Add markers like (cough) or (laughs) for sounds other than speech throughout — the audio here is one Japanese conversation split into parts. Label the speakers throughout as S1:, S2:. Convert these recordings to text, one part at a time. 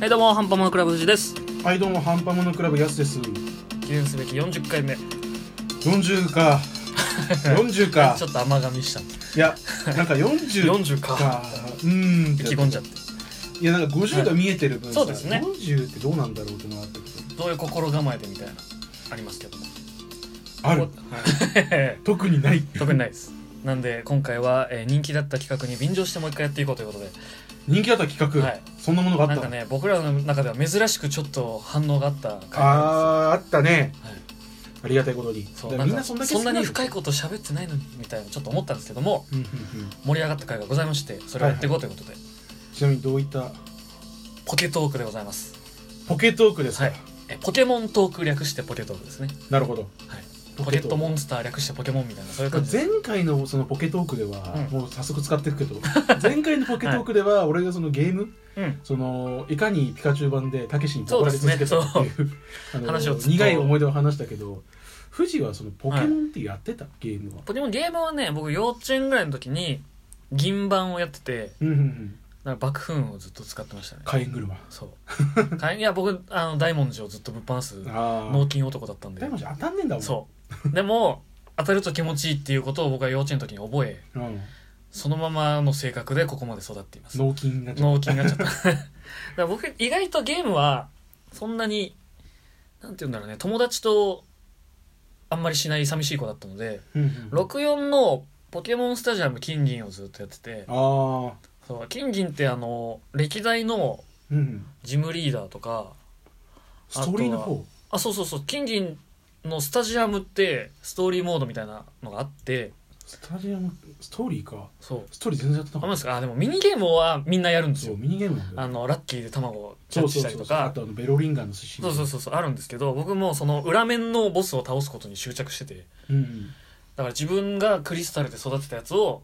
S1: はいどうもハンパモノクラブ藤井です
S2: はいどうもハンパモノクラブやすです
S1: 記念すべき40回目ち
S2: 40か
S1: (laughs)
S2: 40か
S1: ょっと甘噛みした
S2: いやなんか40
S1: 40か
S2: うーんっ
S1: 意
S2: て
S1: 気込んじゃって
S2: いやなんか50が見えてる分さ、
S1: そうですね
S2: 40ってどうなんだろうってのがあったけど
S1: どういう心構えでみたいなありますけども
S2: ある特にない
S1: (laughs) 特にないですなんで今回は、えー人気だった企画に便乗してもう一回やっていこうということで
S2: 人気だった企画、
S1: はい
S2: そんなものがあ
S1: な
S2: っ
S1: ん
S2: た
S1: かね僕らの中では珍しくちょっと反応があった回なんですよ
S2: あーあったね
S1: はい
S2: ありがたいことに
S1: そ
S2: だ
S1: う
S2: か
S1: なん
S2: らみん
S1: か
S2: なそんだけ
S1: そんなに深
S2: い
S1: いこと喋ってないのにみたいなちょっと思ったんですけども盛り上がった回がございましてそれをやっていこうということで、
S2: ちなみにどういった
S1: ポケトークでございます
S2: ポケトークですか、
S1: はいえポケモントーク略してポケトークですね
S2: なるほど
S1: ポケットモンスター略してポケモンみたいなそういう感じで
S2: 前回のそのポケトークでは、
S1: う
S2: もう早速使ってるけど (laughs) 前回のポケトークでは俺がそのゲーム
S1: うん
S2: そのいかにピカチュウ版でたけしに怒られ続けたって
S1: そう
S2: い
S1: で
S2: う (laughs) あの
S1: 話をずっと
S2: 苦い思い出を話したけど富士はそのポケモンってやってた、ゲームは
S1: ポケモンゲームはね僕幼稚園ぐらいの時に銀盤をやってて
S2: うんうんうん
S1: なんか爆風をずっと使ってましたね
S2: 火炎車
S1: そうかいや僕あの大文字をずっとぶっ放す
S2: あ
S1: 脳
S2: あ
S1: 筋男だったんで
S2: 大文字当たんねえんだもん
S1: そうでも当たると気持ちいいっていうことを僕は幼稚園の時に覚え
S2: う、ん、
S1: そのままの性格でここまで育っています
S2: 脳筋になっちゃう
S1: 脳筋になっちゃった (laughs) だから僕意外とゲームはそんなになんて言うんだろうね友達とあんまりしない寂しい子だったので
S2: うんうん
S1: 64のポケモンスタジアム金銀をずっとやってて
S2: ああ
S1: そう金銀ってあの歴代の
S2: うんうん
S1: ジムリーダーとか
S2: ストーリーの
S1: あと
S2: 方
S1: あそうそうそう金銀のスタジアムってストーリーモードみたいなのがあって
S2: スタジアムストーリーか
S1: そう
S2: ストーリー全然やってな
S1: あ
S2: か
S1: ま
S2: っ
S1: ですかあでもミニゲームはみんなやるん
S2: た
S1: です
S2: そう
S1: よ
S2: ミニゲームなんだ
S1: あ
S2: よ
S1: のラッキーで卵をキャ
S2: そ
S1: ッ
S2: う
S1: チ
S2: そ
S1: し
S2: う
S1: たりと
S2: そうそうあ
S1: か
S2: とあのベロリンガーの寿司
S1: そうそうそうそうあるんですけど僕もその裏面のボスを倒すことに執着してて
S2: うんうん
S1: だから自分がクリスタルで育てたやつを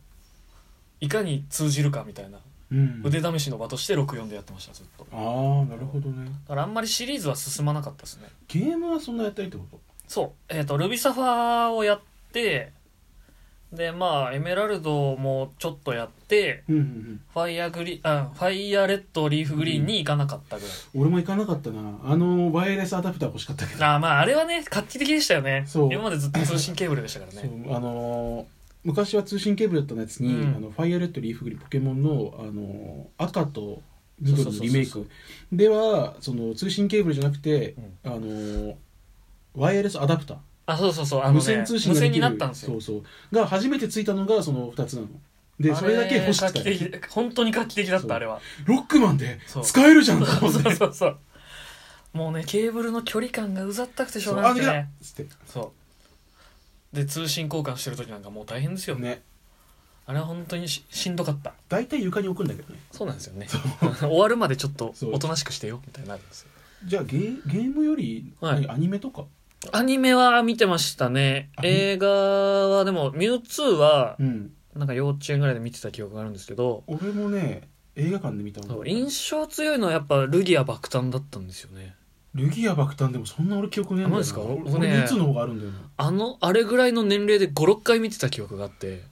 S1: いかに通じるかみたいな
S2: うん
S1: 腕試しの場として64でやってましたずっとだ
S2: ああなるほどね
S1: からあんまりシリーズは進まなかったですね
S2: ゲームはそんなやったりってこと
S1: そうえっ、とルビサファーをやってでまあエメラルドもちょっとやって
S2: うんうんうん
S1: ファイヤーグリあファイヤーレッドリーフグリーンに行かなかったぐらい、
S2: 俺も行かなかったなあのワイヤレスアダプター欲しかったけど、
S1: あーまああれはね画期的でしたよね
S2: そう
S1: 今までずっと通信ケーブルでしたからね
S2: そうあのー昔は通信ケーブルだったやつに、
S1: うん
S2: あのファイアレッドリーフグリポケモンの、あのー赤と緑のリメイ
S1: そうそうそう
S2: クではその通信ケーブルじゃなくて、
S1: うん
S2: あのーワイヤレスアダプター、
S1: あそうそうそうあの、ね、
S2: 無線通信ができ
S1: 無
S2: る
S1: 線になったんですよ
S2: そうそうが初めてついたのがその2つなのでそれだけ欲しく
S1: あれ画
S2: て
S1: 期的本当に画期的だっ
S2: そう
S1: たあれは
S2: ロックマンで
S1: そう
S2: 使えるじゃんと
S1: そ
S2: 思
S1: う
S2: って
S1: そうそうそうもうねケーブルの距離感がうざったくてしょうがな
S2: あ
S1: く
S2: で
S1: て
S2: きたっ
S1: ね
S2: つって
S1: そうで通信交換してる時なんかもう大変ですよ、
S2: ね
S1: あれは本当にししんどかった
S2: 大体床に置くんだけどね
S1: そうなんですよね (laughs) 終わるまでちょっと
S2: そう
S1: おとなしくしてよみたいになるんですよ
S2: じゃあゲーゲームより、
S1: はい
S2: アニメとか
S1: アニメは見てましたね
S2: アニメ
S1: 映画はでもミュウツーは
S2: うん
S1: なんか幼稚園ぐらいで見てた記憶があるんですけど
S2: 俺もね映画館で見た
S1: そ
S2: の
S1: う印象強いのはやっぱルギア爆誕だったんですよね
S2: ルギア爆誕でもそんな俺記憶ねえんだ
S1: あマ
S2: よな
S1: ジっすか
S2: 俺
S1: 俺ね
S2: 俺つの方があるんだよな
S1: あのあれぐらいの年齢で56回見てた記憶があって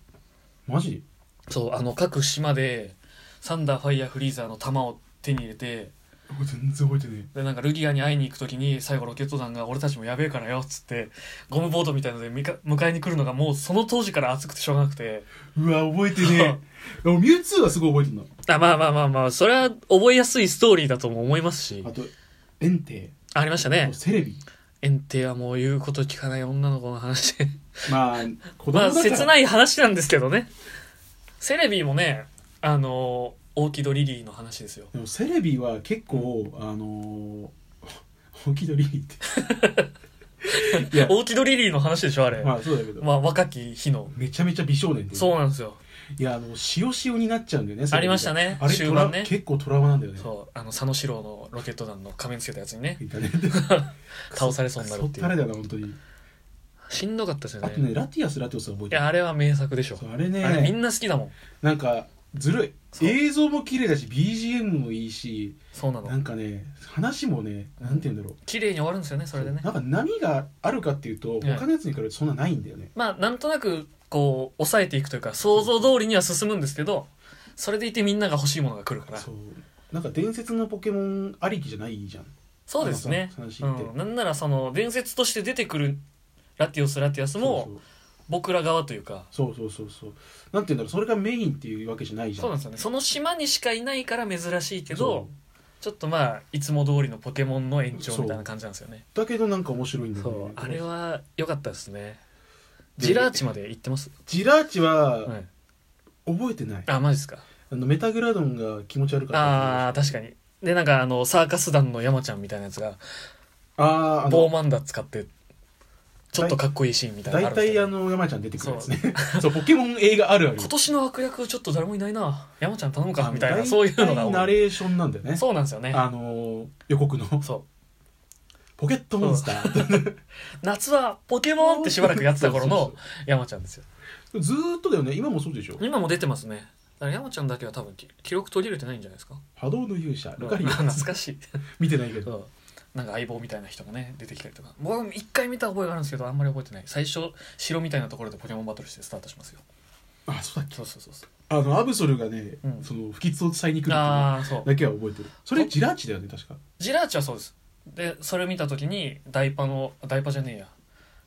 S2: マジ
S1: そうあの各島でサンダーファイヤーフリーザーの弾を手に入れて
S2: 俺全然覚えてね
S1: でなんかルギアに会いに行く時に最後ロケット団が「俺たちもやべえからよ」っつってゴムボートみたいのでみか迎えに来るのがもうその当時から熱くてしょうがなくて
S2: えうわ覚えてね
S1: (laughs)
S2: えでもミュウツーはすごい覚えてんの
S1: あまあまあまあまあそれは覚えやすいストーリーだとも思いますし
S2: あとエンテ
S1: ありましたね
S2: セレビ
S1: エンテはもう言うこと聞かない女 (laughs) の子の話で
S2: まあ子
S1: (laughs)
S2: 供
S1: まあ
S2: だから
S1: 切ない話なんですけどねセレビーもねあの大木戸リリーの話ですよ
S2: でもセレビは結構あの (laughs) ー、大きい
S1: (laughs)
S2: リリーっていや
S1: 大木戸リリーの話でしょあれ、ま
S2: まあそうだけど、
S1: あ、若き日の
S2: めちゃめちゃ美少年で
S1: そうなんですよ
S2: いやあの塩塩になっちゃうんだよねセレビが
S1: ありましたね
S2: あれ
S1: 終盤ね
S2: トラ結構トラウマなんだよね
S1: そうあの佐野史郎のロケット団の仮面つけたやつにね
S2: いたね
S1: 倒されそうになるってい
S2: クソったれ
S1: う
S2: だよな本当に
S1: しんどかったですよ
S2: あ
S1: ね
S2: とねラティアスラティオスは覚え
S1: い
S2: てる
S1: やあれは名作でしょ
S2: そうあれね
S1: あれみんな好きだもん
S2: なんかずる
S1: そ
S2: いう映像も綺麗だし BGM もいいし
S1: そうな
S2: な
S1: の
S2: んかね話もねなんて言うんだろう
S1: 綺麗に終わるんですよねそれでね
S2: なんか波があるかっていうと
S1: はい
S2: 他のやつに比べてそんなないんだよね
S1: まあなんとなくこう抑えていくというか想像通りには進むんですけどそれでいてみんなが欲しいものが来るから
S2: そうなんか伝説のポケモンありきじゃないじゃん
S1: そうですね
S2: あの
S1: う
S2: さ話って
S1: ん、なんならその伝説として出てくるラティオスラティアスも
S2: う
S1: 僕ら側というか
S2: そうそうそうそうそうなんて言うんだろうそれがメインっていうわけじゃないじゃん
S1: そうなんですよねその島にしかいないから珍しいけどちょっとまあいつも通りのポケモンの延長みたいな感じなんですよね
S2: そうだけどなんか面白いんだ
S1: そ
S2: よ
S1: う
S2: ね
S1: あれは良かったですね
S2: で
S1: ジラーチまで行ってます、
S2: ジラーチは
S1: はい、
S2: 覚えてない、
S1: あマジですか
S2: あのメタグラドンが気持ち悪かった
S1: あー確かにでなんかあのサーカス団の山ちゃんみたいなやつが
S2: あーあ
S1: ボー
S2: の
S1: マンダ使ってちょっとかっこいいシーンみたいなのるんで
S2: 大
S1: す
S2: 体
S1: けど
S2: あの山ちゃん出てくるやつね (laughs) そうポケモン映画あるある
S1: 今年の悪役ちょっと誰もいないな山ちゃん頼むかみたい
S2: あ
S1: な
S2: の
S1: そういうのが
S2: 大体ナ
S1: 多い
S2: レーションなんだよね
S1: そうなんですよね
S2: あのー予告の
S1: そ
S2: ポケットモンスター
S1: う夏はポケモンってしばらくやってた頃
S2: そう
S1: の
S2: そう
S1: 山ちゃんですよ
S2: そうずーっとだよね今もそうでしょ
S1: 今も出てますねだから山ちゃんだけは多分き記録途切れてないんじゃないですか
S2: 波動の勇者ルカ
S1: (laughs)
S2: リ
S1: 懐
S2: オ
S1: かしい
S2: 見てないけど
S1: そうなんか相棒みたいな人もね出てきたりとか僕も一回見た覚えがあるんですけどあんまり覚えてない最初城みたいなところでポケモンバトルしてスタートしますよ
S2: あそうだっけ
S1: そうそうそうそう
S2: あのアブソルがね、
S1: うん
S2: その不吉を伝えに来るだ
S1: ああそう
S2: けは覚えてるそれジラーチだよね確か
S1: ジラーチはそうですでそれを見た時にダイパのダイパじゃねえや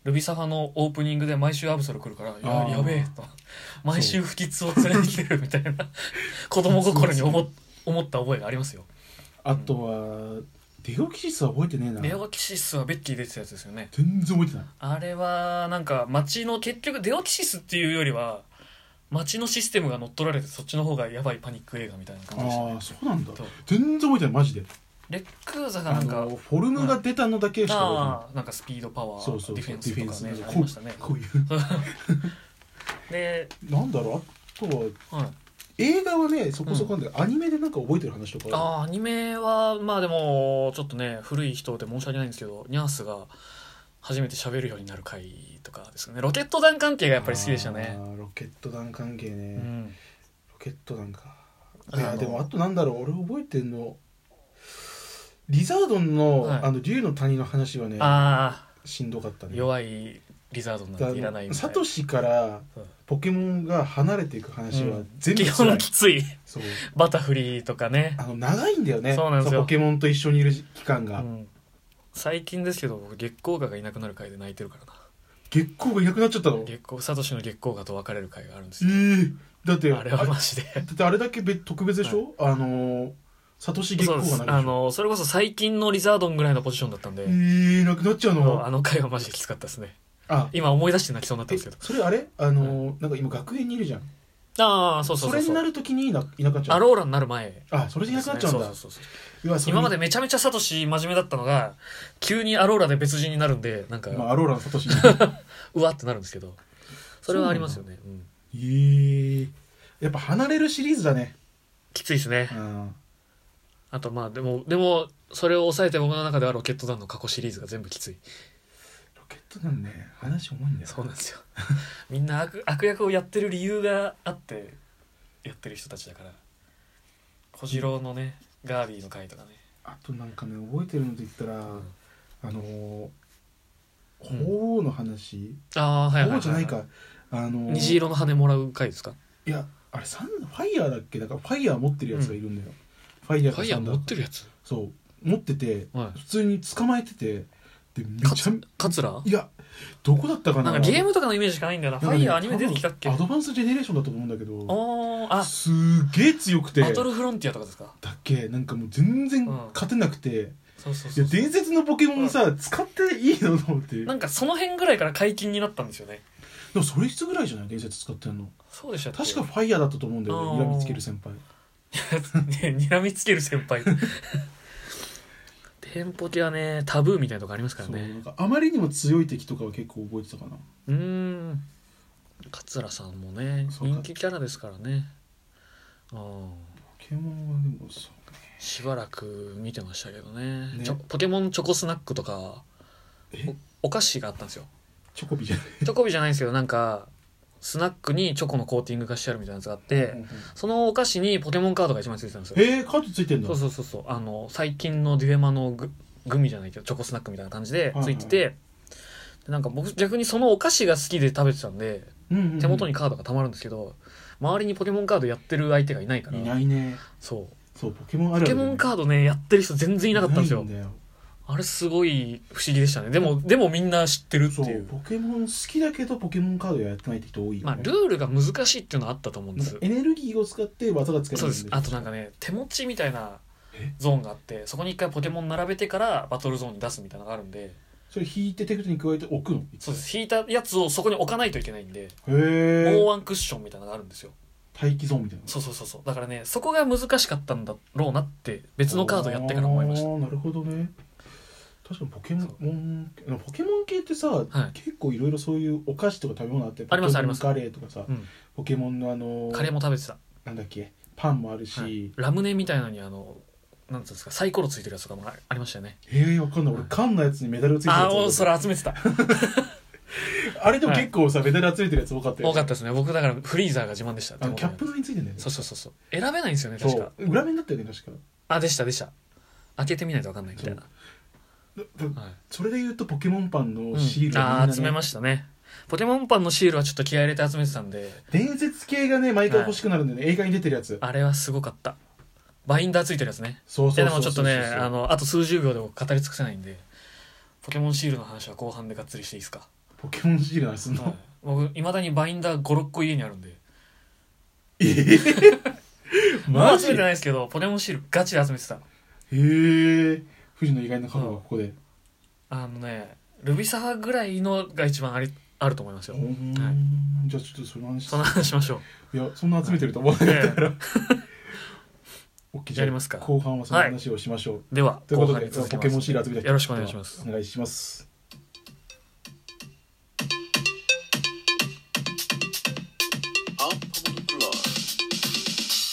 S1: ルビサファのオープニングで毎週アブソル来るから
S2: あ
S1: や
S2: ー
S1: やべえと毎週不吉を連れてきてるみたい (laughs) な子供心に思っ思った覚えがありますよ
S2: あとは、デオキシスは覚えてねえな
S1: デオキシスはベッキー出てたやつですよね
S2: 全然覚えてない
S1: あれはなんか街の結局デオキシスっていうよりは街のシステムが乗っ取られてそっちの方がやばいパニック映画みたいな感じでしたね
S2: ああそうなんだ
S1: そう
S2: 全然覚えてないマジで
S1: レックーザが
S2: あ
S1: なんか
S2: のフォルムが出たのだけしか覚えてない
S1: あーなんかスピードパワー
S2: そうそう
S1: デ
S2: デ
S1: ィフェン
S2: ィフェン
S1: ス
S2: ス
S1: とかね
S2: こ
S1: あ
S2: う
S1: りましたね
S2: こういう
S1: で、
S2: なんだろうあとは
S1: はい、
S2: 映画はねそこそこなんだけど、アニメでなんか覚えてる話とかある
S1: あーアニメはまあでもちょっとね古い人で申し訳ないんですけどニャースが初めて喋るようになる回とかですよねロケット弾関係がやっぱり好きでしたね
S2: あーロケット弾関係ね、
S1: うん
S2: ロケット弾か
S1: あ
S2: い
S1: の
S2: やでもあとなんだろう俺覚えてんのリザードンの、
S1: はい
S2: あの竜の谷の話はね
S1: あ
S2: しんどかった
S1: あ
S2: ね
S1: 弱いリザード
S2: だ
S1: なん
S2: か
S1: ていらないみたい
S2: サ
S1: な
S2: トシから
S1: うん
S2: ポケモンが離れていく話
S1: う
S2: は
S1: ん
S2: 全部
S1: 基
S2: 辛い、
S1: 本きつい
S2: そう
S1: バタフリーとかね、
S2: あの長いんだよね
S1: そうなんですよ
S2: ポケモンと一緒にいる期間
S1: う
S2: が、
S1: ん、最近ですけど僕月光河がいなくなる回で泣いてるからな
S2: 月光がいなくなっちゃったのえ
S1: 月光サトシの月光河と別れる回があるんです
S2: え
S1: よ
S2: だって
S1: あれはマジで
S2: だってあれだけ別特別でしょ、あのーサトシ月
S1: そう
S2: 光
S1: で
S2: が
S1: す
S2: なくな
S1: あ
S2: っちゃう
S1: のそれこそ最近のリザードンぐらいのポジションだったんで、
S2: えー、なくなっちゃうの
S1: あの回はマジできつかったですね
S2: あ
S1: 今思い出して泣きそうになったん
S2: え
S1: ですけど
S2: それあれあのーなんか今学園にいるじゃん
S1: ああそうそうそう
S2: れ
S1: そ
S2: にな
S1: う
S2: るときにいないなくなっちゃう
S1: アローラになる前
S2: あそれでいなくなっちゃうんだ
S1: そうそうそう
S2: うわそれ
S1: 今までめちゃめちゃサトシ真面目だったのが急にアローラで別人になるんでなんか、
S2: まあアローラのサ
S1: (laughs)
S2: トシえ
S1: うわってなるんですけどそれはありますよね、うん
S2: えー、やっぱ離れるシリーズだね
S1: きついですね
S2: うん
S1: あとまあでもでもそれを抑えて僕の中ではロケット団の過去シリーズが全部きつい
S2: ロケットなんね話重いんだよ
S1: そうなんですよ (laughs) みんな悪悪役をやってる理由があってやってる人たちだから小次郎のねガービーの回とかね
S2: あとなんかね覚えてるのと言ったら、
S1: ん
S2: あのー
S1: うん
S2: 鳳凰の話
S1: ああーはいはいは
S2: 鳳凰
S1: い、
S2: じゃないかあのー
S1: 虹色の羽もらう回ですか
S2: いやあれサンファイヤーだっけだからファイヤー持ってるやつがいるんだよ、ファイヤー
S1: フ
S2: か
S1: ァイヤ
S2: サ
S1: ー
S2: ンダ
S1: 持
S2: ー
S1: っ
S2: か
S1: てるやつ
S2: そう持ってて
S1: は
S2: 普通に捕まえててでめ
S1: いカ
S2: ちゃ
S1: ツカツラ
S2: いやどこだったか
S1: な
S2: なん
S1: かゲームとかのイメージしかないんだよなファイヤーアニメ出てきたっけ
S2: ア
S1: あ
S2: ドバンスジェネレーションだと思うんだけど
S1: ーあ
S2: すげえ強くて
S1: バトルフロンティアとかですか
S2: だっけなんかもう全然
S1: うん
S2: 勝てなくて、
S1: そうそう
S2: い
S1: そ
S2: や
S1: う
S2: 伝説のポケモンさ、使っていいのと思ってで
S1: な
S2: も
S1: んかその辺ぐらいから解禁になったんですよね
S2: それ質ぐらいじゃない伝説使ってんの
S1: そうでしたっけ
S2: 確かファイヤーだったと思うんだよね
S1: あー
S2: 睨みつける先輩
S1: (laughs) ね睨みつける先輩テンポ系はねタブーみたいなとこありますから
S2: そうな
S1: ね
S2: んかあまりにも強い敵とかは結構覚えてたかな
S1: うーん桂さんもね
S2: そうか
S1: 人気キャラですからねうん
S2: ポケモンはでもさ
S1: しばらく見てましたけどね
S2: ね
S1: ちょポケモンチョコスナックとか
S2: え
S1: おお菓子があったんですよ
S2: チョコビじゃない
S1: チョコビじゃないんですけどなんかスナックにチョコのコーティングがしてあるみたいなやつがあってそのお菓子にポケモンカードが一枚ついてたんですよ
S2: えー、カードついてんだ
S1: そうそうそうそうあの最近のデュエマのググミじゃないけどチョコスナックみたいな感じでついてて、
S2: は
S1: でなんか僕逆にそのお菓子が好きで食べてたんで
S2: うんうんうん
S1: 手元にカードがたまるんですけど、周りにポケモンカードやってる相手がいないから
S2: いないね
S1: そう
S2: そうポケモンあ
S1: ポ
S2: るあ
S1: ケ
S2: る
S1: モ
S2: だよね、
S1: ンカードねやってる人全然いなかったんですよ
S2: いだよ
S1: あれすごい不思議でしたねでもでもみんな知ってるって
S2: そ
S1: いうう
S2: ポケモン好きだけどポケモンカードやってないって人多いよ、
S1: ま
S2: ね
S1: あルールが難しいっていうのはあったと思うんです
S2: エネルギーを使って技が使える
S1: そうですあとなん
S2: か
S1: かね手持ちみたいな
S2: え
S1: ゾーンがあってそこに一回ポケモン並べてからバトルゾーンに出すみたいなのがあるんで
S2: それ引いて手札に加えて置くの
S1: そうです引いたやつをそこに置かないといけないんで
S2: へ
S1: もう
S2: え
S1: ワンクッションみたいなのがあるんですよ
S2: 待機ゾーンみたいな
S1: そうそうそうそうだからねそこが難しかったんだろうなって別のカードやってから思いました
S2: あーなるほどね確かにポケモンでもポケモン系ってさ、
S1: い
S2: 結構いろいろそういうお菓子とか食べ物あって
S1: あります
S2: ポケモン
S1: あります
S2: カレーとかさ、
S1: うん
S2: ポケモンのあの
S1: カレーも食べてた、
S2: なんだっけパンもあるし、
S1: はい、ラムネみたいなのにあのなんていうんですかサイコロついてるやつとかもあありましたよね
S2: えー、わかんない俺缶のやつにメダルついてるや
S1: あ
S2: つ
S1: あ
S2: 多か
S1: ー
S2: った
S1: それ集め
S2: (laughs)
S1: てた
S2: あれでも結構さ、メダル集めてるやつ多かったよ、
S1: 多
S2: ね、
S1: かったですね僕だからフリーザーが自慢でした
S2: あのキャップの上についてんだよね
S1: そうそうそうそう選べないんですよね確
S2: そ
S1: か
S2: う裏面だったよね確か
S1: あでしたでした開けてみないと分かんないみたいな、
S2: だだ
S1: はい
S2: それで言うとポケモンパンの
S1: うん
S2: シールをみん
S1: あ
S2: な
S1: あ
S2: ね
S1: ー集めましたねポケモンパンのシールはちょっと気合い入れて集めてたんで
S2: 伝説系がね毎回欲しくなるんだよね、映画に出てるやつ
S1: あれはすごかったバインダーついてるやつね
S2: そう
S1: いや
S2: そう
S1: で
S2: そ
S1: も
S2: う
S1: ち
S2: そ
S1: ょっ
S2: うそ
S1: と
S2: う
S1: ねあのあと数十秒でも語り尽くせないんでポケモンシールの話は後半でがっつりしていいですか、
S2: ポケモンシールの話すんの、
S1: はい、僕いまだにバインダー56個家にあるんで
S2: マジ
S1: 集めて
S2: へ
S1: ないですけどポケモンシールガチで集めてた
S2: え富士の意外なカバーはここで、
S1: あのねルビサワぐらいのが一番ありあると思いますよ
S2: ほーん
S1: は
S2: じゃあちょっとその話
S1: その話しましょ
S2: (laughs) いやそんな集めてると思わなかったから、OK じゃあ
S1: やりますか
S2: 後半はその話をしましょう、
S1: うでは
S2: というこ
S1: 後
S2: と
S1: 半
S2: で
S1: に続き
S2: ポ
S1: ます
S2: ケモンシール集めた人
S1: よろしくお願いします
S2: お願いします